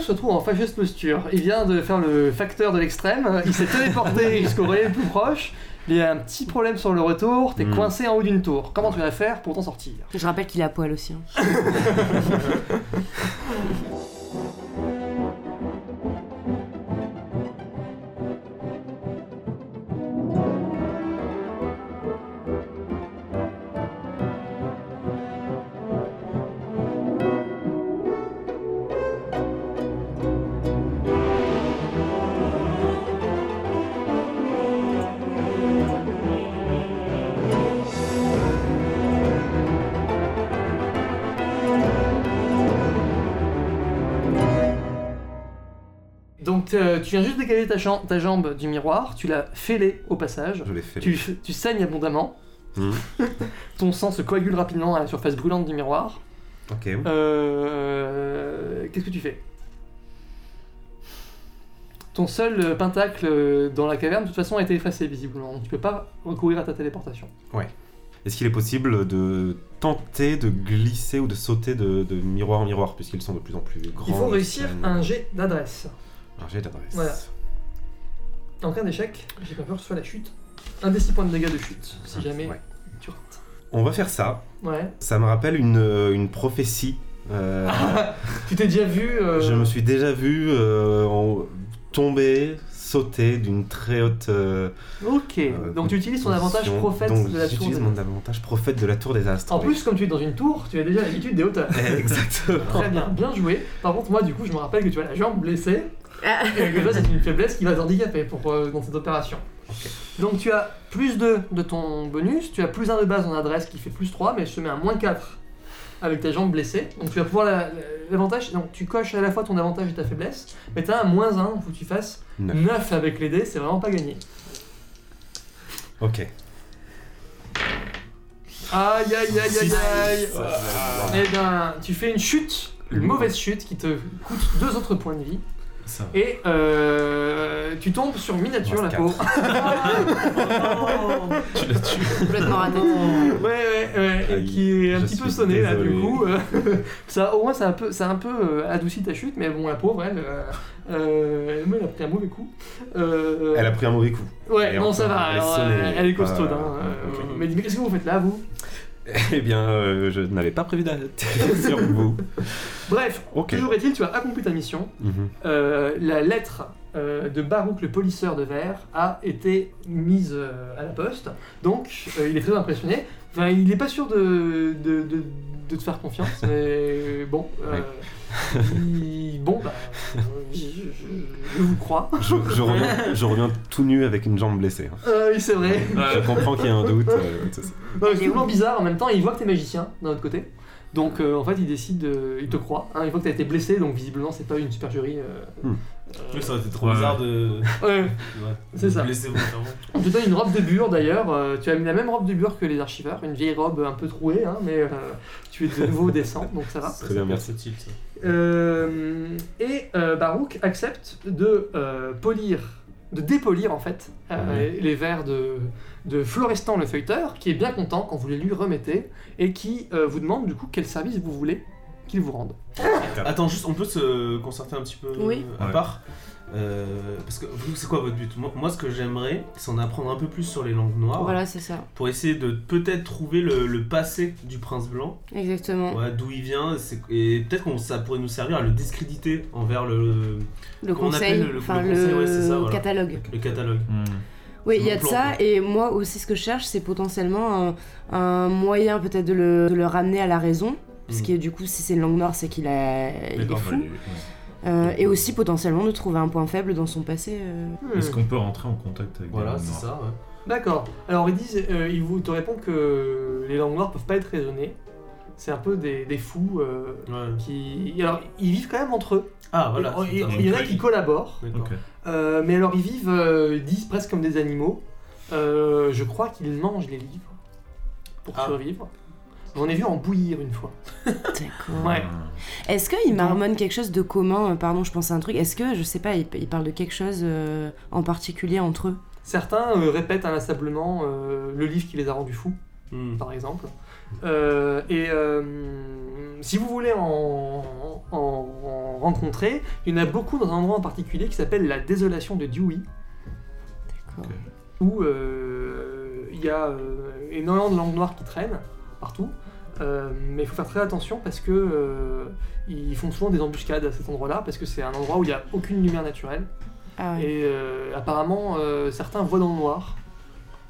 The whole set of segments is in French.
se trouve en fâcheuse posture. Il vient de faire le facteur de l'extrême, il s'est téléporté jusqu'au relais le plus proche. Il y a un petit problème sur le retour, t'es Mm. coincé en haut d'une tour. Comment tu vas faire pour t'en sortir Je rappelle qu'il est à poil aussi. hein. Donc euh, tu viens juste décaler ta, chan- ta jambe du miroir, tu l'as fêlée au passage, Je l'ai fait. tu, tu saignes abondamment, Mm. ton sang se coagule rapidement à la surface brûlante du miroir. Ok. Euh, Qu'est-ce que tu fais Ton seul euh, pentacle euh, dans la caverne, de toute façon, a été effacé visiblement, donc tu peux pas recourir à ta téléportation. Est-ce qu'il est possible de tenter de glisser ou de sauter de, de miroir en miroir, puisqu'ils sont de plus en plus grands Il faut et réussir pleins- un jet d'adresse. Un jet d'adresse. Voilà. En cas d'échec, j'ai pas peur que ce soit la chute. Un des six points de dégâts de chute, si jamais Ah, Ouais. tu rates. On va faire ça. Ouais. Ça me rappelle une, euh, une prophétie. Euh, tu t'es déjà vu. Ah, euh, Je me suis déjà vu euh, en- tomber, sauter d'une très haute. euh, Ok, euh, donc tu utilises ton avantage position. prophète Donc, de la tour. J'utilise des- mon avantage prophète de la tour des astres. En oui. plus, comme tu es dans une tour, tu as déjà l'habitude des hauteurs. Exactement. Très bien, bien joué. Par contre, moi, du coup, je me rappelle que tu as la jambe blessée. Ah. Et que ça, c'est une faiblesse qui va t'handicaper pour, euh, dans cette opération. Donc, tu as plus 2 de ton bonus, tu as plus 1 de base en adresse qui fait plus 3, mais je te mets un moins 4 avec ta jambe blessée. Donc, tu vas pouvoir la- la- l'avantage. donc, tu coches à la fois ton avantage et ta faiblesse, mais tu as un moins 1, il faut que tu fasses Neuf. 9 avec les dés, c'est vraiment pas gagné. Ok. Aïe aïe aïe aïe Six. aïe Eh ben, tu fais une chute, une Une mauvaise chute qui te coûte deux autres points de vie. Ça va. Et euh, tu tombes sur miniature la Mince peau. Tu l'as tué. Complètement raté. ouais ouais ouais, et Aïe, qui est un je petit peu suis sonnée là du désolé. coup. ça, au moins ça a un peu, ça a un peu euh, adouci ta chute, mais bon la pauvre elle, euh, euh, elle a pris un mauvais coup. Euh, Elle a pris un mauvais coup. Ouais elle est non encore- ça va, elle est alors, euh, sonnée, elle, est pas- costaude. hein, euh, Ah, Ok. Mais mais qu'est-ce que vous faites là vous Eh bien, euh, je n'avais pas prévu d'atterrir sur vous. Bref, Ok. toujours est-il, tu as accompli ta mission. Mhm. Euh, la lettre euh, de Baruch le polisseur de verre a été mise euh, à la poste. Donc, euh, il est très impressionné. Enfin, il n'est pas sûr de, de, de- de te faire confiance, mais bon. euh, il- bon, bah, euh, je, je- je vous crois. Je, je reviens, je reviens tout nu avec une jambe blessée. hein. Euh, oui, c'est vrai. Je Ouais. comprends qu'il y a un doute. euh, c'est ça. Non, mais C'est vraiment bizarre. En même temps, il voit que t'es magicien d'un autre côté. Donc, euh, en fait, il décide, euh, il te croit. hein. il voit que t'as été blessé, donc visiblement, c'est pas une supercherie. euh, Hmm. Oui, ça aurait été trop Ouais. bizarre de. ouais. ouais, C'est de ça. Blesser volontairement. On te donne une robe de bure d'ailleurs, euh, tu as la même robe de bure que les archiveurs, une vieille robe un peu trouée, hein, mais euh, tu es de nouveau décent, donc ça va. Ah, Ça, Très bien, c'est merci. versatile, ça. Euh, et euh, Baruch accepte de euh, polir, de dépolir en fait euh, les vers de, de Florestan le feuilleteur, qui est bien content quand vous les lui remettez, et qui euh, vous demande du coup quel service vous voulez qu'il vous rende. Attends, juste, on peut se concerter un petit peu Oui. à Ouais. part Euh, Parce que vous, c'est quoi votre but moi, moi, ce que j'aimerais, c'est en apprendre un peu plus sur les langues noires Voilà, c'est ça. pour essayer de peut-être trouver le, le passé du prince blanc, Exactement. ouais, d'où il vient, c'est- et peut-être que ça pourrait nous servir à le discréditer envers le, Le Qu'on conseil, appelle le- le enfin le, conseil, ouais, c'est ça, voilà. catalogue. le catalogue. Mm. Oui, C'est il y mon a de plan, ça, quoi. et moi aussi, ce que je cherche, c'est potentiellement un, un moyen peut-être de le, de le ramener à la raison. Parce Mm. que du coup, si c'est une langue noire, c'est qu'il a, il est D'accord, fou. Euh, et aussi potentiellement de trouver un point faible dans son passé. euh. Hmm. Est-ce qu'on peut rentrer en contact avec Voilà, des c'est noirs ça. ouais. D'accord. Alors ils disent, euh, ils vous te répondent que les langues noires peuvent pas être raisonnées. C'est un peu des, des fous euh, Ouais. qui, alors ils vivent quand même entre eux. Ah, voilà. Oh, Il, il- c'est il y en a truc. qui collaborent, D'accord. Ok. euh, mais alors ils vivent, euh, ils disent presque comme des animaux. Euh, je crois qu'ils mangent les livres pour Ah. survivre. J'en ai vu en bouillir une fois. D'accord. Ouais. Est-ce qu'il marmonne quelque chose de commun euh, Pardon, je pense à un truc. Est-ce que, je sais pas, il, il parle de quelque chose euh, en particulier entre eux Certains euh, répètent inlassablement euh, le livre qui les a rendus fous, Hmm. par exemple. Euh, et euh, si vous voulez en, en- en- rencontrés. Il y en a beaucoup dans un endroit en particulier qui s'appelle la désolation de Dewey, D'accord. où euh, il y a euh, énormément de langues noires qui traînent partout. Euh, mais il faut faire très attention parce que euh, ils font souvent des embuscades à cet endroit-là parce que c'est un endroit où il n'y a aucune lumière naturelle. Ah ouais. Et euh, apparemment, euh, certains voient dans le noir.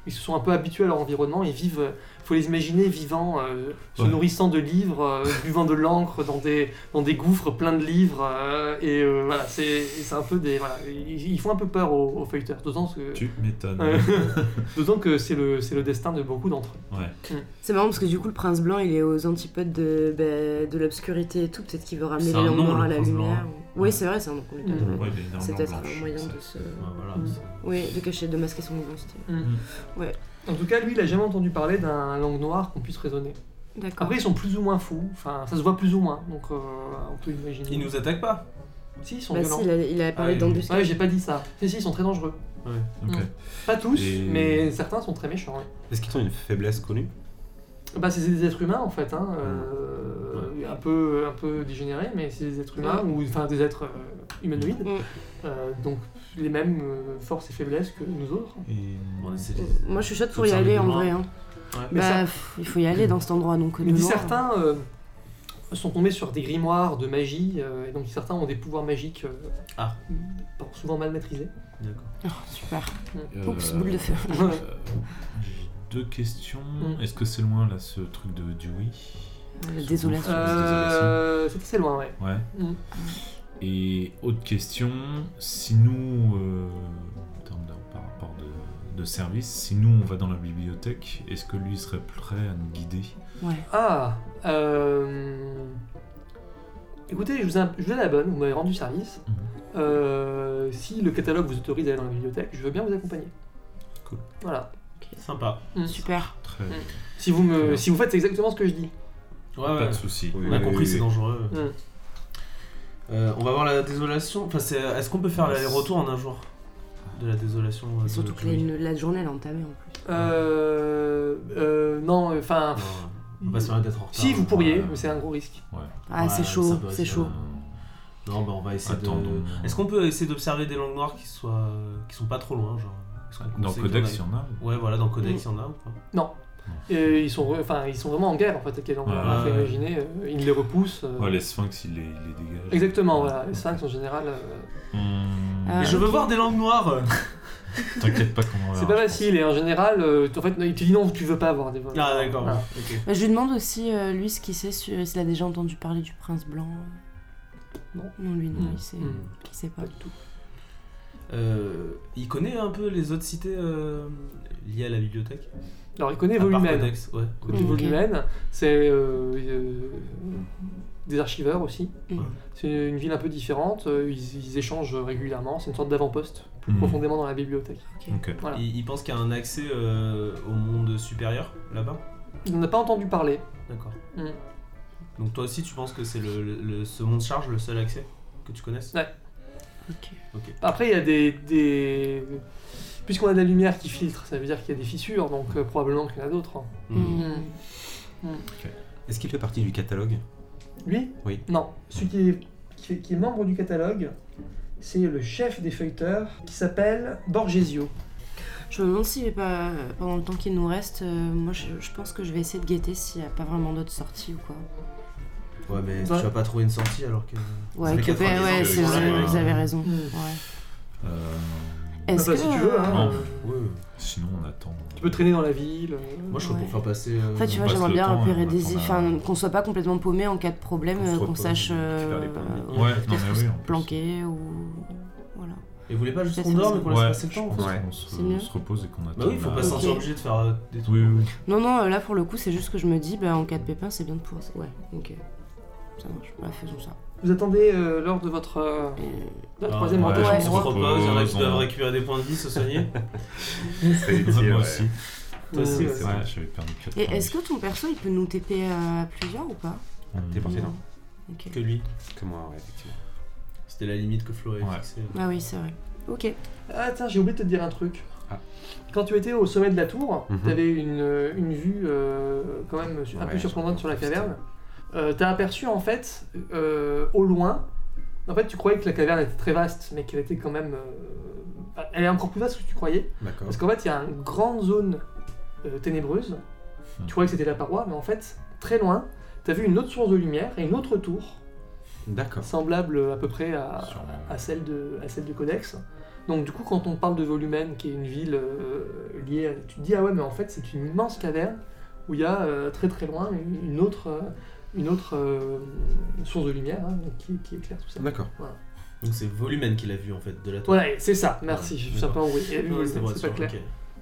Ils se sont un peu habitués à leur environnement et vivent. Il faut les imaginer vivant, euh, se Ouais. nourrissant de livres, euh, buvant de l'encre dans des, dans des gouffres pleins de livres. euh, et euh, voilà, c'est et c'est un peu des. Voilà, ils, ils font un peu peur aux, aux feuilleteurs, d'autant que, Tu m'étonnes. euh, d'autant que c'est le, c'est le destin de beaucoup d'entre eux. Ouais. C'est marrant parce que du coup, le prince blanc, il est aux antipodes de, bah, de l'obscurité et tout. Peut-être qu'il veut ramener C'est les un langues nom, noires le à la prince blanc. lumière. ou- Oui, c'est vrai, c'est un nom qu'on lui donne. Mm. Ouais, il est énormément C'est peut-être blanche, un moyen ça. de se. Ouais, voilà, Mm. c'est- Oui, de cacher, de masquer son identité. En tout cas, lui, il a jamais entendu parler d'un langue noire qu'on puisse raisonner. D'accord. Après, ils sont plus ou moins fous. Enfin, ça se voit plus ou moins. Donc, euh, on peut imaginer. Ils nous attaquent pas. Si, ils sont Bah violents. si, il a, il a parlé Ah, d'embuscade. Ouais, j'ai pas dit ça. Si, si, ils sont très dangereux. Ok. Mm. Pas tous, Et- mais certains sont très méchants. ouais. Est-ce qu'ils ont une faiblesse connue Bah, c'est des êtres humains en fait, hein, euh, un peu un peu dégénérés, mais c'est des êtres humains Mmh. ou enfin des êtres euh, humanoïdes. Mm. Euh, donc les mêmes euh, forces et faiblesses que nous autres. Et- On essaie de- Moi, je suis chaude pour y Ça me aller en dérange. vrai. hein. Mais bah, ça- pff, il faut y aller dans cet endroit. Donc, Mais de dit loin. certains euh, sont tombés sur des grimoires de magie, euh, et donc certains ont des pouvoirs magiques euh, Ah. souvent mal maîtrisés. D'accord. Oh, super. Euh, Oups, boule de feu. euh, j'ai deux questions. Mm. Est-ce que c'est loin là ce truc de Dewey La désolation. Euh, c'est assez loin, ouais. Ouais. Mm. Et autre question, si nous, euh, en termes de- par rapport de, de service, si nous on va dans la bibliothèque, est-ce que lui serait prêt à nous guider Ouais. Ah euh... Écoutez, je vous, ai, je vous ai la bonne, vous m'avez rendu service. Mhm. Euh, si le catalogue vous autorise à aller dans la bibliothèque, je veux bien vous accompagner. Cool. Voilà. Sympa. Super. Très, Mm. Si vous, me, si vous faites exactement ce que je dis. Ouais, Pas ouais. de Euh, soucis. Oui. On a compris, c'est dangereux. Mm. Euh, on va voir la désolation. Enfin, c'est- euh, est-ce qu'on peut faire Bah, l'aller-retour en un jour de la désolation euh, de- Surtout que de- la, une- la journée, elle est entamée en plus. Euh, euh, non, enfin... Non, On va se permettre d'être en retard. si, vous pourriez, euh, mais c'est un gros risque. Ah, Ouais, c'est ça chaud, doit c'est être, chaud. Non, bah on va essayer Attendons. de. Est-ce qu'on peut essayer d'observer des langues noires qui soient, qui sont pas trop loin, genre est-ce qu'on Dans conseille Codex, qu'il il y y en en a a Ouais, voilà, dans Mm. Codex, il y en a ou pas Et Euh, ils, sont, enfin, ils sont vraiment en guerre, en fait, avec les Anglais. Ouais. Faut imaginer, euh, ils les repoussent. euh, Ouais, les sphinx, il les, il les dégage. Exactement, voilà. Les sphinx, en général... euh, Hmm, Ah, Mais je veux ok. voir des langues noires T'inquiète pas comment on C'est verra, pas je pense. facile, et en général, euh, en fait, tu dis non, tu veux pas avoir des vols. Ah, d'accord, Voilà. ok. Bah, je lui demande aussi, euh, lui, ce qu'il sait, su- s'il a déjà entendu parler du prince blanc. Non. Non, lui, non, Mm. il sait. Mm. Il sait pas. Pas du tout. Euh, il connaît un peu les autres cités euh, liées à la bibliothèque Alors, il connaît À part Volumen. Codex, ouais. côté Ok. volumen. C'est euh, euh, des archiveurs aussi. Mm. C'est une ville un peu différente. euh, Ils, ils échangent régulièrement. C'est une sorte d'avant-poste plus Mm. profondément dans la bibliothèque. Ok. Voilà. Il, il pense qu'il y a un accès euh, au monde supérieur là-bas On n'a pas entendu parler. D'accord. Mm. Donc toi aussi tu penses que c'est le, le- le- ce monde charge le seul accès que tu connaisses Ok. Après, il y a des. des- Puisqu'on a de la lumière qui filtre, ça veut dire qu'il y a des fissures, donc euh, probablement qu'il y en a d'autres. Hmm. Mm. Est-ce qu'il fait partie du catalogue Lui Oui. Non. Celui qui est, qui est- qui est membre du catalogue, c'est le chef des feuilleteurs qui s'appelle Borgesio. Je me demande s'il est pas. euh, Pendant le temps qu'il nous reste, euh, moi, je, je pense que je vais essayer de guetter s'il n'y a pas vraiment d'autres sorties ou quoi. Ouais mais Ouais. tu vas pas trouver une sortie alors que... Ouais, fait que, 90 bah, ans ouais, que c'est ils vrai, sont là. vous avez raison. Mm. Ouais. Euh, Hmm. Est-ce Ah bah, que. si tu veux, hein. euh, Non. euh, sinon, on attend. Tu peux traîner dans la ville. euh, Moi je serais serais pour pour Ouais. faire faire passer... euh, En fait, tu vois, passe j'aimerais le bien temps, repérer on des. attend la- Enfin, qu'on soit pas complètement paumé en cas de problème, Qu'on se euh, qu'on repose, sache. on récupère euh, les points. Ouais, non, peut-être mais qu'on oui, se en plus. planquer ou. Voilà. Et vous voulez pas juste Ça, qu'on c'est dorme ça. et qu'on laisse Ouais, passer le je temps en pense fait Ouais. qu'on C'est se, mieux. on se repose et qu'on attend. Bah oui, faut la- pas se Ok. sentir obligé de faire euh, des trucs. Oui, oui. Non, non, euh, là pour le coup, c'est juste que je me dis, bah, en cas de pépin, c'est bien de pouvoir. Ouais, ok. Ça marche. Bah, faisons ça. Vous attendez euh, lors de votre euh, Euh, la Ah, troisième ouais, rencontre on Ouais. du se roi. repose, il y en a qui On- doivent récupérer des points de vie, se soigner. C'est Moi aussi. Toi aussi, Euh, ouais. C'est vrai, j'avais perdu 4 Et est-ce que ton perso, il peut nous TP à plusieurs ou pas T'es parti, non Ok. que lui. Que moi, ouais, effectivement. C'était la limite que Flo avait Ouais. fixée. Ah oui, c'est vrai. Ok. Ah tiens, j'ai oublié de te dire un truc. Ah. Quand tu étais au sommet de la tour, Mhm. t'avais une, euh, une vue euh, quand même su- un Ouais, peu surprenante j'en- sur la putain. caverne. Euh, T'as aperçu en fait euh, au loin En fait, tu croyais que la caverne était très vaste, mais qu'elle était quand même. euh, Elle est encore plus vaste que tu croyais. D'accord. Parce qu'en fait, il y a une grande zone euh, ténébreuse. Hmm. Tu croyais que c'était la paroi, mais en fait, très loin, tu as vu une autre source de lumière et une autre tour, D'accord. semblable à peu près à, Sûrement. à celle, de, à celle de Codex. Donc, du coup, quand on parle de Volumen, qui est une ville euh, liée à. Tu te dis, ah ouais, mais en fait, c'est une immense caverne où il y a euh, très très loin une- une autre, euh, une autre euh, source de lumière hein, donc qui, qui éclaire tout ça. D'accord. Donc c'est Volumen qui l'a vu en fait de la tour. Voilà, et c'est ça, merci, je sais pas D'accord. où il y a eu, Ouais, c'était pour être c'est pas sûr, clair.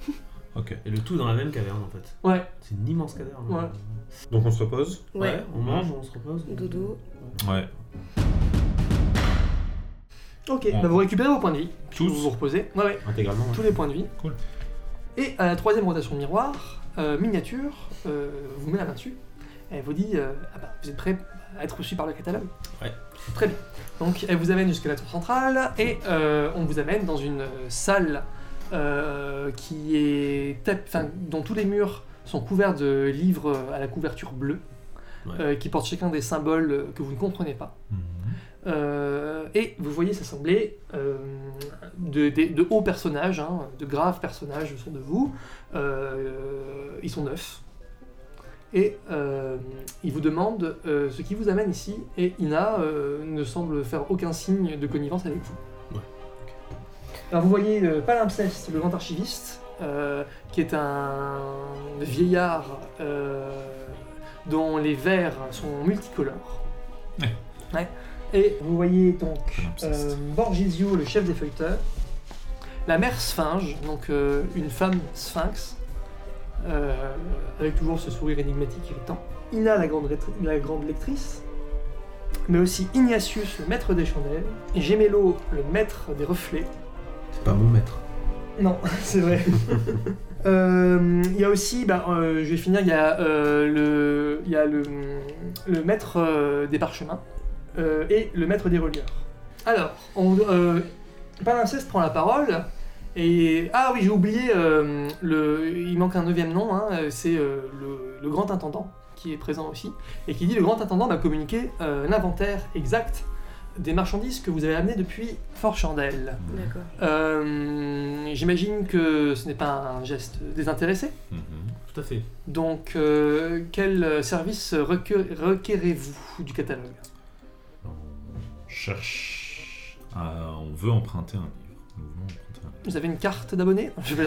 ok. Ok. Et le tout dans la même caverne en fait. Ouais, C'est une immense caverne. Ouais. Donc on se repose. Ouais, on mange, on se repose. on- Dodo. Ouais. ok, On- bah, vous récupérez vos points de vie, puis Tous vous vous reposez. Ouais, ouais. Intégralement. ouais. tous les points de vie. Cool. Et à la troisième rotation de miroir, euh, miniature euh, vous met la main dessus. Elle vous dit euh, Ah bah, Vous êtes prêt à être reçu par le catalogue Ouais. Très bien. Donc elle vous amène jusqu'à la tour centrale et euh, on vous amène dans une euh, salle euh, qui est tap- enfin, dont tous les murs sont couverts de livres euh, à la couverture bleue Ouais. euh, qui portent chacun des symboles euh, que vous ne comprenez pas. Mhm. Euh, et vous voyez s'assembler euh, de, des- de hauts personnages, hein, de graves personnages autour de vous. Euh, ils sont neufs. Et euh, ils vous demandent euh, ce qui vous amène ici. Et Ina euh, ne semble faire aucun signe de connivence avec vous. Ouais. Alors vous voyez euh, Palimpseste, le grand archiviste, euh, qui est un vieillard euh, dont les verres sont multicolores. Ouais. Ouais. Et vous voyez donc Palimpseste. euh, Borgisio, le chef des feuilleteurs, la mère sphinge, donc euh, une femme sphinx, euh, avec toujours ce sourire énigmatique irritant. Ina, la grande, rétri- la grande lectrice, mais aussi Ignatius, le maître des chandelles, et Gemello, le maître des reflets. C'est pas mon maître. Non, c'est vrai. Euh, Il y a aussi, bah, euh, je vais finir, il y a, euh, le, il y a le, le maître euh, des parchemins euh, et le maître des relieurs. Alors, on, euh, Palimpseste prend la parole. Et ah oui, j'ai oublié, euh, le, il manque un neuvième nom, hein, euh, c'est euh, le, le grand intendant qui est présent aussi, et qui dit le grand intendant va communiquer euh, l'inventaire exact des marchandises que vous avez amenées depuis Fort Chandelle. D'accord. Euh, J'imagine que ce n'est pas un geste désintéressé. Mhm. Tout à fait. Donc, euh, quel service reque- requérez-vous du catalogue On cherche. à- on veut emprunter un livre. Nous voulons emprunter un livre. Vous avez une carte d'abonné Je vais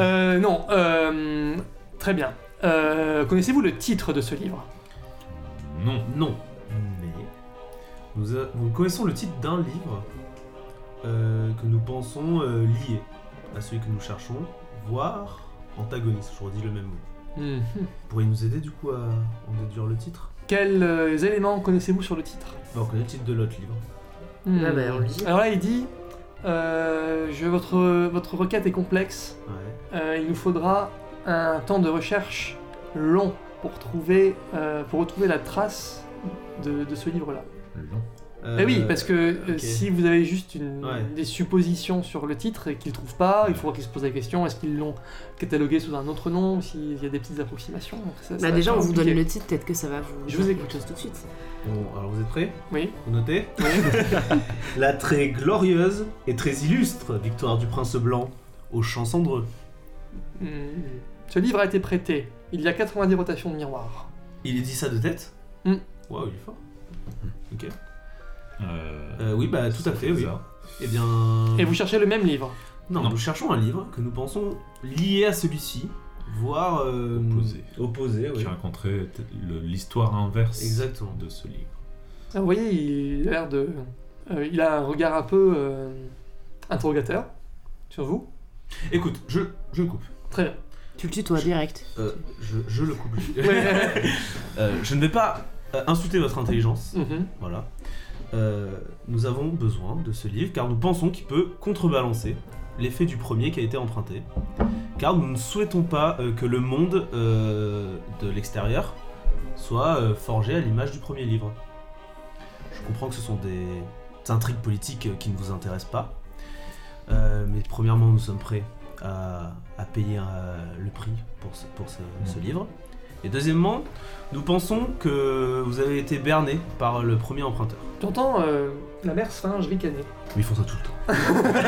Euh, Non. euh, très bien. Euh, Connaissez-vous le titre de ce livre Non. Non. Mais nous, a- nous connaissons le titre d'un livre euh, que nous pensons euh, lié à celui que nous cherchons, voire antagoniste. Je redis le même mot. Pourriez nous aider du coup à en déduire le titre Quels euh, éléments connaissez-vous sur le titre Bah, On connaît le titre de l'autre livre. Ah bah, on le dit. Alors là, il dit euh, je, votre, votre requête est complexe. Ouais. Euh, il nous faudra un temps de recherche long pour trouver, euh, pour retrouver la trace de, de ce livre-là. Non. Eh oui, parce que euh, ok. si vous avez juste une- Ouais. des suppositions sur le titre et qu'ils ne trouvent pas, il faudra qu'ils se posent la question est-ce qu'ils l'ont catalogué sous un autre nom, s'il y a des petites approximations. donc ça- ça Bah va déjà, être on vous donne compliqué. le titre, peut-être que ça va vous. Je vous dire écoute. quelque chose tout de suite. Bon, alors vous êtes prêts Oui. Vous notez La très glorieuse et très illustre victoire du prince blanc au champ cendreux. Hmm. Ce livre a été prêté il y a 90 rotations de miroir. Il est dit ça de tête Mm. Waouh, il est fort. Euh, Euh, oui, bah tout à fait, oui. ça. Eh bien. Et vous cherchez le même livre. Non, Non. nous cherchons un livre que nous pensons lié à celui-ci, voire. euh, Opposé. Opposé, oui. Qui raconterait t- le- l'histoire inverse Exactement. de ce livre. Ah, vous voyez, il a l'air de. euh, il a un regard un peu euh, interrogateur sur vous. Écoute, je, je le coupe. Très bien. Tu le tutoies direct. Euh, je, je le coupe. Ouais. Euh, je ne vais pas euh, insulter votre intelligence. Mhm. Voilà. Euh, nous avons besoin de ce livre car nous pensons qu'il peut contrebalancer l'effet du premier qui a été emprunté. Car nous ne souhaitons pas euh, que le monde euh, de l'extérieur soit euh, forgé à l'image du premier livre. Je comprends que ce sont des intrigues politiques euh, qui ne vous intéressent pas. Euh, mais premièrement, nous sommes prêts à, à payer euh, le prix pour ce, pour ce- ce livre. Et deuxièmement, nous pensons que vous avez été berné par le premier emprunteur. T'entends euh, la mère sphinge ricaner. Mais ils font ça tout le temps.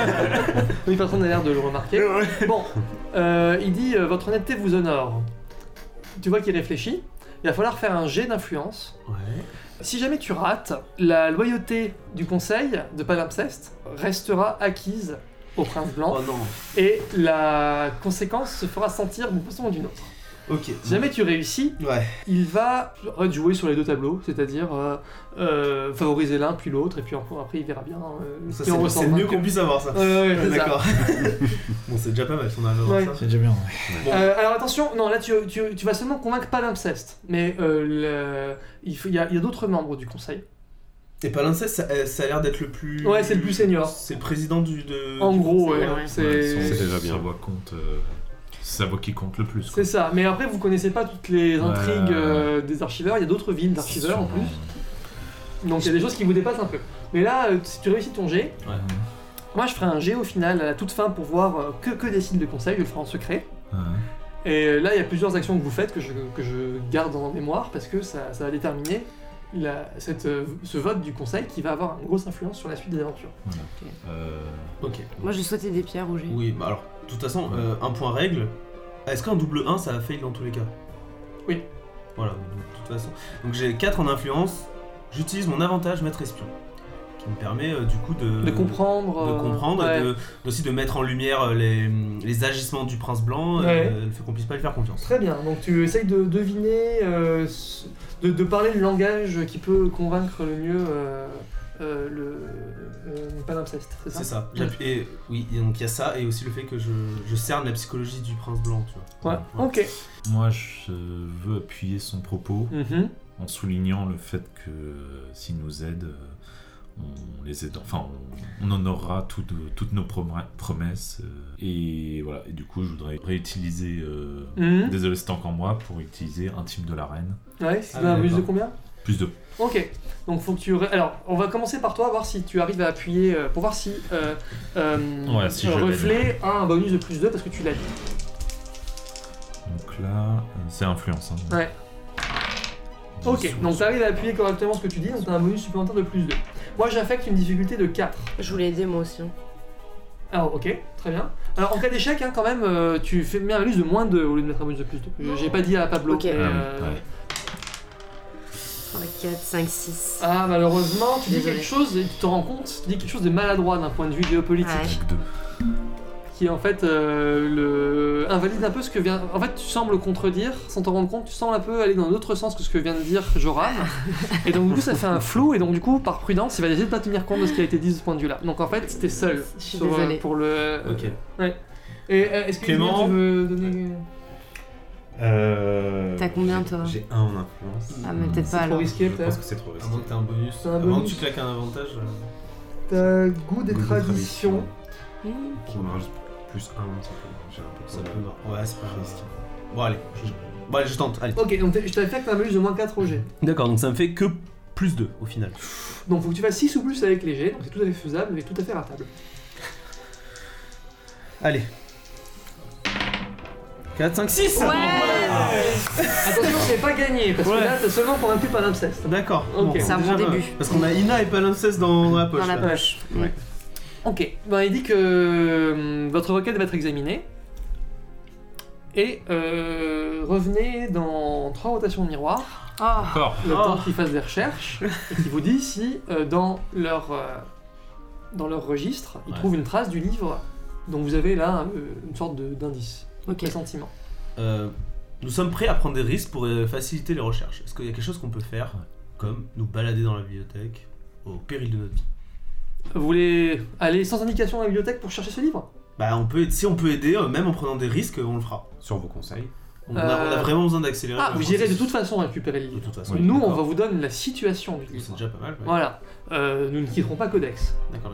Oui, personne n'a l'air de le remarquer. Bon, euh, il dit euh, Votre honnêteté vous honore. Tu vois qu'il réfléchit. Il va falloir faire un jet d'influence. Ouais. Si jamais tu rates, la loyauté du conseil de Palimpseste restera acquise au prince blanc Oh non. et la conséquence se fera sentir d'une façon ou d'une autre. Ok. Si jamais tu réussis, Mmh. Ouais. il va jouer sur les deux tableaux, c'est-à-dire euh, euh, favoriser l'un puis l'autre, et puis encore après il verra bien euh, Ça, qui en c'est- c'est ressemble. mieux qu'on puisse avoir ça. Ouais, ouais, c'est ça. D'accord. bon, c'est déjà pas mal si on arrive à Ouais. avoir ça. déjà bien. Euh, alors attention, non, là tu, tu- tu vas seulement convaincre Palimpseste, mais euh, le- il, faut- il y a, il y a d'autres membres du conseil. Et Palimpseste, ça, euh, ça a l'air d'être le plus. Ouais, c'est le plus senior. C'est le président du. De... En Euh, du- gros, conseil, ouais, ouais. c'est c'est déjà bien. Sa voix compte. euh, sa voix qui compte le plus. quoi. c'est ça. Mais après, vous connaissez pas toutes les Ouais. intrigues euh, des archiveurs, il y a d'autres villes d'archiveurs en Sûrement. plus, donc il y a des choses qui vous dépassent un peu. Mais là, euh, si tu réussis ton jet, Ouais. moi je ferai un jet au final à la toute fin pour voir euh, que, que décide le conseil, je le ferai en secret. Ouais. Et là, il y a plusieurs actions que vous faites que je, que je garde en mémoire parce que ça, ça va déterminer la- cette, euh, ce vote du conseil qui va avoir une grosse influence sur la suite des aventures. Euh, Ok. Moi, je souhaitais des pierres rouges. Oui, bah alors, de toute façon, euh, un point règle. Est-ce qu'un double 1, ça fail dans tous les cas Oui. Voilà, donc, de toute façon. Donc j'ai 4 en influence. J'utilise mon avantage maître espion, qui me permet euh, du coup de... de comprendre. De euh, comprendre, ouais. et de- aussi de mettre en lumière euh, les, les agissements du prince blanc, euh, Ouais. le fait qu'on puisse pas lui faire confiance. Très bien, donc tu essayes de deviner, euh, ce- de, de parler le langage qui peut convaincre le mieux euh, euh, le euh, palimpseste, c'est ça C'est ça. J'appuie- Et, oui, et donc il y a ça, et aussi le fait que je, je cerne la psychologie du prince blanc, tu vois. Ouais, ok. Moi, je veux appuyer son propos Mhm. en soulignant le fait que euh, s'ils nous aident, euh, on les aide, enfin, on, on honorera toutes, toutes nos prom- promesses. euh, et voilà, et du coup, je voudrais réutiliser. euh, Mhm. Désolé, c'est encore moi pour utiliser Intime de la Reine. Ouais, c'est Ah, un bonus de d'accord. combien Plus de. Ok, donc faut que tu. ré- Alors, on va commencer par toi, voir si tu arrives à appuyer, euh, pour voir si. Euh, euh, Ouais, si euh, je l'ai reflet a un bonus de plus 2 parce que tu l'as dit. Donc là, euh, c'est influence. hein. Ah Ouais. Ok, donc tu arrives à appuyer correctement ce que tu dis, donc t'as un bonus supplémentaire de plus 2. Moi j'affecte une difficulté de 4. Je voulais aider moi aussi. hein. Alors, ok, très bien. Alors, en cas d'échec, hein, quand même, euh, tu fais mets un bonus de moins 2 au lieu de mettre un bonus de plus 2. J'ai pas dit à Pablo. Ok. mais, Ah, oui, euh, ouais. 3, 4, 5, 6. ah, malheureusement, tu dis Désolé. quelque chose et tu te rends compte, tu dis quelque chose de maladroit d'un point de vue géopolitique. Ouais. Avec deux. qui en fait euh, le... invalide un peu ce que vient. En fait, tu sembles contredire sans t'en rendre compte, tu sembles un peu aller dans un autre sens que ce que vient de dire Joram. Et donc, du coup, ça fait un flou, et donc, du coup, par prudence, il va essayer de pas tenir compte de ce qui a été dit de ce point de vue-là. Donc, en fait, t'es seul. Je suis sur, euh, désolée. Pour le... Ok. Et euh, est-ce que Clément tu veux donner. Euh, T'as combien, j'ai- toi J'ai un en influence. Ah, mais peut-être C'est pas Trop alors. risqué, Je pense peut-être. que c'est trop Mm. À risqué. moins que t'aies un bonus. C'est un À moins que bonus. tu claques un avantage. euh, T'as goût des Goût de traditions. Mmh. Qui me rajoute plus un, ça peut- j'ai un peu de Ça problème. peut marcher. Ouais, c'est pas risqué. Bon, allez. Je... Bon, allez, je tente. Allez. Ok, donc t'es- je t'affecte un bonus de moins 4 au jet. D'accord, donc ça me fait que plus 2 au final. Donc, faut que tu fasses 6 ou plus avec les jets, donc c'est tout à fait faisable et tout à fait ratable. Allez. 4, 5, 6 Attention, c'est pas gagné, parce Ouais. que là, t'as seulement convaincu par l'obsesse. D'accord. Ok. C'est un bon déjà, début. euh, Parce qu'on a Ina et Palimpseste dans la poche. Dans la là. poche. Ouais. Ouais. Ok, ben, il dit que euh, votre requête va être examinée. Et euh, revenez dans trois rotations de miroir, Oh, Encore le Oh. temps qu'ils fassent des recherches, et qu'ils vous disent si euh, dans, leur, euh, dans leur registre, ils Ouais. trouvent une trace du livre dont vous avez là euh, une sorte de- d'indice, ok. pressentiment. Euh, nous sommes prêts à prendre des risques pour euh, faciliter les recherches. Est-ce qu'il y a quelque chose qu'on peut faire Comme nous balader dans la bibliothèque au péril de notre vie. Vous voulez aller sans indication à la bibliothèque pour chercher ce livre Bah, on peut, si on peut aider, euh, même en prenant des risques, on le fera. Sur vos conseils. On, a, on a Euh, vraiment besoin d'accélérer. Ah, le vous irez de processus. toute façon récupérer le De livre. toute façon. Oui, Nous, on d'accord. va vous donner la situation du C'est livre. déjà pas mal. ouais. Voilà, Euh, nous ne quitterons pas Codex. D'accord.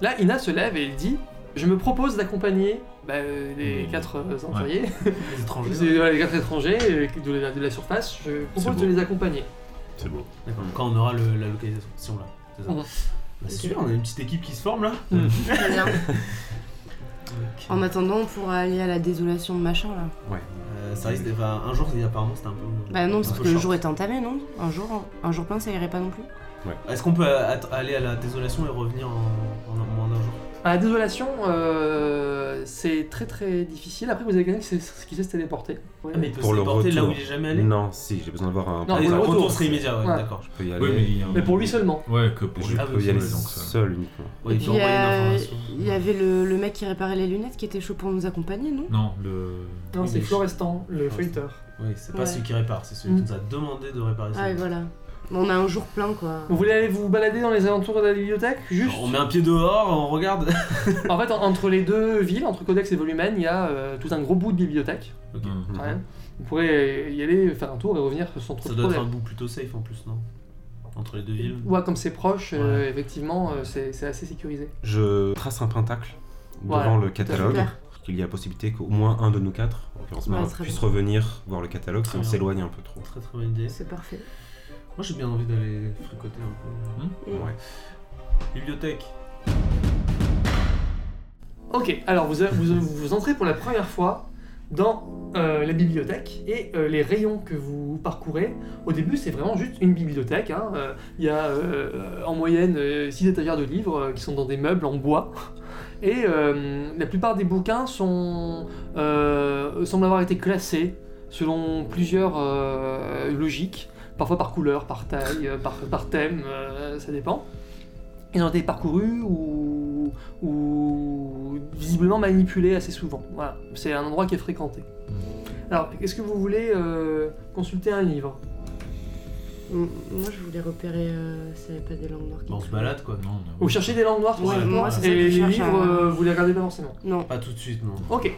Là, Ina se lève et elle dit Je me propose d'accompagner bah, euh, les Mmh. quatre euh, employés, Les étrangers. c'est- voilà, les quatre étrangers euh, de la, de la surface. Je propose de C'est beau. les accompagner. C'est beau. D'accord. Quand on aura le- la localisation, si on l'a. C'est ça. Mhm. Bah, c'est super, on a une petite équipe qui se forme là. Mhm. Très bien. En attendant, on pourra aller à la désolation de machin là. Ouais. Euh, euh, ça risque d'être. enfin, Un jour, c'est- apparemment, c'était un peu. Bah non, un parce peu que le short. jour est entamé, non Un jour, hein. un jour plein, ça irait pas non plus. Est-ce qu'on peut euh, att- aller à la désolation et revenir en, en, en un jour À la désolation, euh, c'est très très difficile. Après, vous avez quelqu'un qui sait, qui sait se téléporter. Ouais. Ah, mais il peut Pour se le déporter là où retour. il est jamais allé Non, si, j'ai besoin d'avoir un. Non, Allez, pour le le retour, retour, serait immédiat, ouais, Ouais. d'accord. Je peux y aller. Oui, mais, il y a un- Mais pour lui seulement. Ouais, que pour Je lui. Ah, peux oui, y aller seul, donc ça- seul uniquement. Ouais, Et il puis, peut envoyer une euh, information. Il y avait le, le mec qui réparait les lunettes qui était chaud pour nous accompagner, non Non, le. Non, Oui, c'est mais- Florestan, le feuilleteur. Oui, c'est pas Ouais. celui qui répare, c'est celui Mm. qui nous a demandé de réparer. ses Ah, et lunettes. voilà. Bon, on a un jour plein, quoi. Vous voulez aller vous balader dans les alentours de la bibliothèque Juste. On met un pied dehors, on regarde. En fait, en- entre les deux villes, entre Codex et Volumen, il y a euh, tout un gros bout de bibliothèque. Ok. Hum. Mhm. quand même. Vous pourrez y aller, faire un tour et revenir sans trop Ça de doit être un problème. bout plutôt safe en plus, non Entre les deux villes. Ouais, comme c'est proche, euh, effectivement, euh, c'est c'est assez sécurisé. Je trace un pentacle Voilà, devant le fait. catalogue. Super. Il y a la possibilité qu'au moins un de nous quatre, en l'occurrence Ouais, Marin, très puisse bien. revenir voir le catalogue si Très on bien. s'éloigne un peu trop. Très très bonne idée. C'est parfait. Moi j'ai bien envie d'aller fricoter un peu. Mm. Ouais. Bibliothèque. Ok, alors vous, vous, vous entrez pour la première fois dans euh, la bibliothèque et euh, les rayons que vous parcourez, au début c'est vraiment juste une bibliothèque. hein, euh, Il y a euh, en moyenne 6 étagères de livres euh, qui sont dans des meubles en bois. Et euh, la plupart des bouquins sont, euh, semblent avoir été classés selon plusieurs euh, logiques, parfois par couleur, par taille, euh, par, par thème, euh, ça dépend. Ils ont été parcourus ou ou visiblement manipulé assez souvent. Voilà, c'est un endroit qui est fréquenté. Alors, est-ce que vous voulez euh, consulter un livre M- Moi, je voulais repérer euh, s'il n'y avait pas des langues noires. qui Bah, on se traînaient. balade quoi. Non, non. Ou chercher des langues noires Ouais, spécifiquement, moi, c'est ça que Et je les cherche, livres, hein. euh, vous les regardez pas forcément. Non. Pas tout de suite, non. Ok.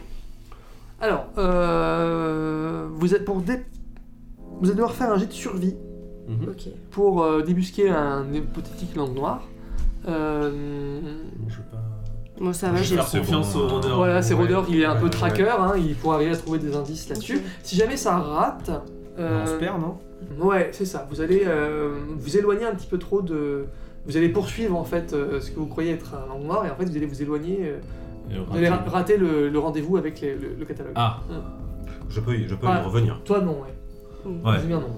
Alors, euh, vous êtes pour dé- vous allez devoir faire un jet de survie Mhm. Ok. pour euh, débusquer un hypothétique langue noire. Euh, Moi, Je veux pas. Bon, ça Je va, vais j'ai. faire C'est confiance bon, au hein. rôdeur. Voilà, c'est Ouais, Rodor, il est un ouais, peu ouais. tracker, hein, il pourra arriver à trouver des indices là-dessus. Si jamais ça rate, Mais euh, On se perd, non Ouais, c'est ça. Vous allez euh, vous éloigner un petit peu trop de. Vous allez poursuivre en fait euh, ce que vous croyez être un langue noire et en fait vous allez vous éloigner. euh, Et vous allez ra- raté. rater le, le rendez-vous avec les- le, le catalogue. Ah, Je peux, y- je peux Ah. y revenir. Toi non, ouais. ouais. Vas-y, bien non.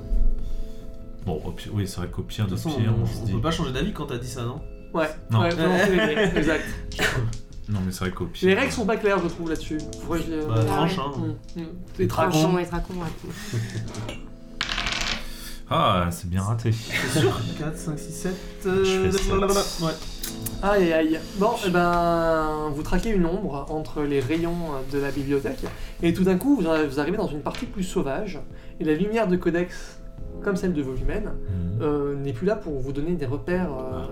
Bon, au pire- oui, c'est vrai qu'au pire De de toute façon, pire, on, on se on dit. peut pas changer d'avis quand t'as dit ça, non Ouais. Non. ouais, vraiment, c'est les règles, exact. Non, mais c'est vrai qu'au pire. Les règles sont pas claires, je trouve là-dessus. Faudrait que euh, je- Bah, tranche, hein. Mm, mm. Les Ah, tranches. bon, être à con, ouais. Ah, c'est bien raté. C'est sûr 4, 5, 6, 7. Je fais sept. euh, Ouais. Aïe aïe. Bon, eh ben, vous traquez une ombre entre les rayons de la bibliothèque, et tout d'un coup, vous arri- vous arrivez dans une partie plus sauvage, et la lumière de Codex, comme celle de Volumen, Mhm. euh, n'est plus là pour vous donner des repères euh,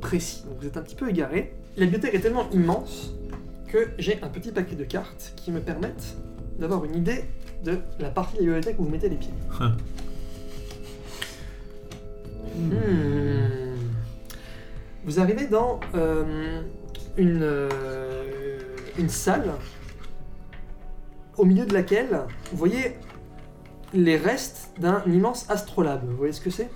précis. Donc vous êtes un petit peu égaré. La bibliothèque est tellement immense que j'ai un petit paquet de cartes qui me permettent d'avoir une idée de la partie de la bibliothèque où vous mettez les pieds. Hmm. Vous arrivez dans euh, une, euh, une salle au milieu de laquelle vous voyez les restes d'un immense astrolabe. Vous voyez ce que c'est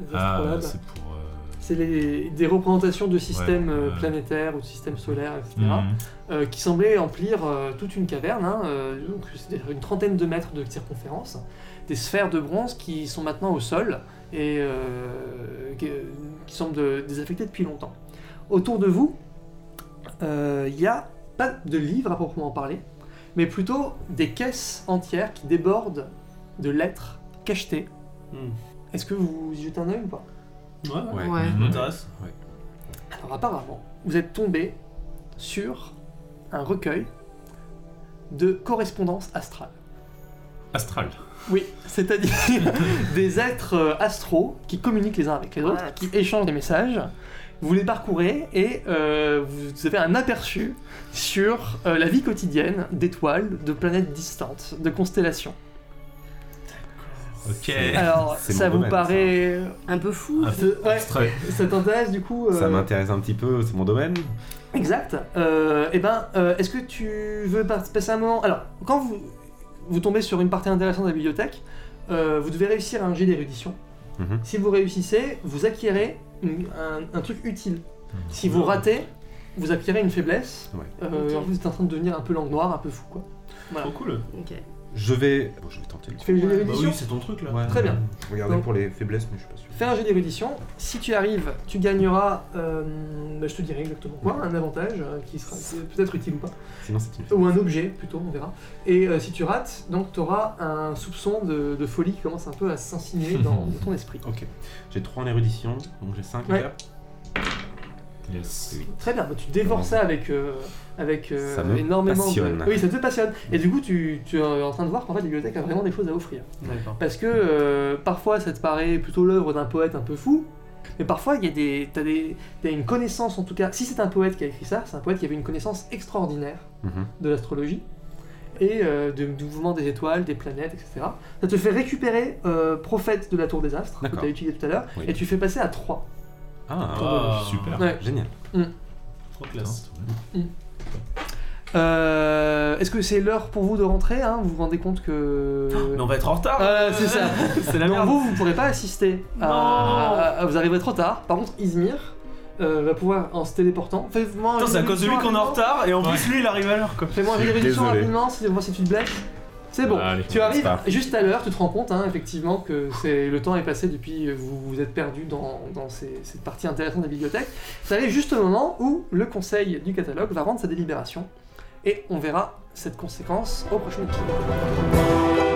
Les Ah, astrolabes c'est pour. euh, c'est les- des représentations de systèmes Ouais, euh, ouais. planétaires ou de systèmes solaires, etc., mhm. euh, qui semblaient emplir euh, toute une caverne, hein, euh, donc c'est-à-dire une trentaine de mètres de circonférence, des sphères de bronze qui sont maintenant au sol et euh, qui, qui semblent de- désaffectées depuis longtemps. Autour de vous, euh, il y a pas de livres à proprement parler, mais plutôt des caisses entières qui débordent de lettres cachetées. Hmm. Est-ce que vous y jetez un œil ou pas Ouais, ouais. Ouais. Ouais. Ça Hmm. m'intéresse. Alors apparemment, vous êtes tombé sur un recueil de correspondance astrale. Astral. Oui, c'est-à-dire des êtres euh, astraux qui communiquent les uns avec les autres, What qui échangent des messages. Vous les parcourez et euh, vous avez un aperçu sur euh, la vie quotidienne d'étoiles, de planètes distantes, de constellations. Ok. C'est- Alors, c'est ça mon vous domaine, paraît... Un peu fou. Ah, Ce- ouais, Astral. ça t'intéresse du coup Ça euh, m'intéresse un petit peu, c'est mon domaine. Exact. Euh, eh ben, euh, est-ce que tu veux pas- passer un moment Alors, quand vous, vous tombez sur une partie intéressante de la bibliothèque, euh, vous devez réussir un jet d'érudition. Mhm. Si vous réussissez, vous acquérez une- un, un truc utile. Si vous ratez, vous acquérez une faiblesse. Ouais. Euh, Ok. En plus, vous êtes en train de devenir un peu langue noire, un peu fou, quoi. Ah, Trop cool. Ok. Je vais. Bon, je vais tenter. Tu fais le jeu Bah d'érudition oui, c'est ton truc là. Ouais. Très bien. Regardez Donc- pour les faiblesses, mais je suis pas sûr. Fais un jeu d'érudition. Si tu arrives, tu gagneras, euh, bah, je te dirai exactement quoi, un avantage euh, qui sera peut-être utile ou pas. Sinon, c'est une. Ou un objet, plutôt, on verra. Et euh, si tu rates, donc tu auras un soupçon de, de folie qui commence un peu à s'insinuer dans, dans ton esprit. Ok. J'ai 3 en érudition, donc j'ai 5 Ouais. Yes. Très bien, bah, tu dévores ça avec, euh, avec euh, Ça me énormément passionne. de... Oui, ça te passionne. Et du coup, tu, tu es en train de voir qu'en fait, la bibliothèque a vraiment des choses à offrir. D'accord. Parce que euh, parfois, ça te paraît plutôt l'œuvre d'un poète un peu fou, mais parfois, il y a des, t'as des, t'as une connaissance, en tout cas, si c'est un poète qui a écrit ça, c'est un poète qui avait une connaissance extraordinaire Mhm. de l'astrologie et euh, de- du mouvement des étoiles, des planètes, etc. Ça te fait récupérer euh, prophète de la tour des astres, que D'accord. tu as utilisé tout à l'heure, Oui. et tu fais passer à 3. Ah, Ah. Super. Ouais. génial. Trop Putain, classe. c'est vrai. Euh, Est-ce que c'est l'heure pour vous de rentrer hein Vous vous rendez compte que... Mais on va être en retard. Euh, c'est ça. c'est la Non, merde. vous, vous ne pourrez pas assister. à- Non. à- à- vous arriverez trop tard. Par contre, Izmir euh, va pouvoir, en se téléportant... Fais-moi un Putain, c'est à jeu cause de lui d'érudition qu'on est en rapidement. retard et en plus lui il arrive à l'heure quoi. Fais-moi un jeu d'érudition Désolé. rapidement, si, moi, si tu te blesses. C'est bon. Allez. Tu arrives pas. juste à l'heure, tu te rends compte hein, effectivement que c'est le temps est passé depuis euh, vous vous êtes perdu dans, dans ces- cette partie intéressante de la bibliothèque. Ça arrive juste au moment où le conseil du catalogue va rendre sa délibération et on verra cette conséquence au prochain épisode.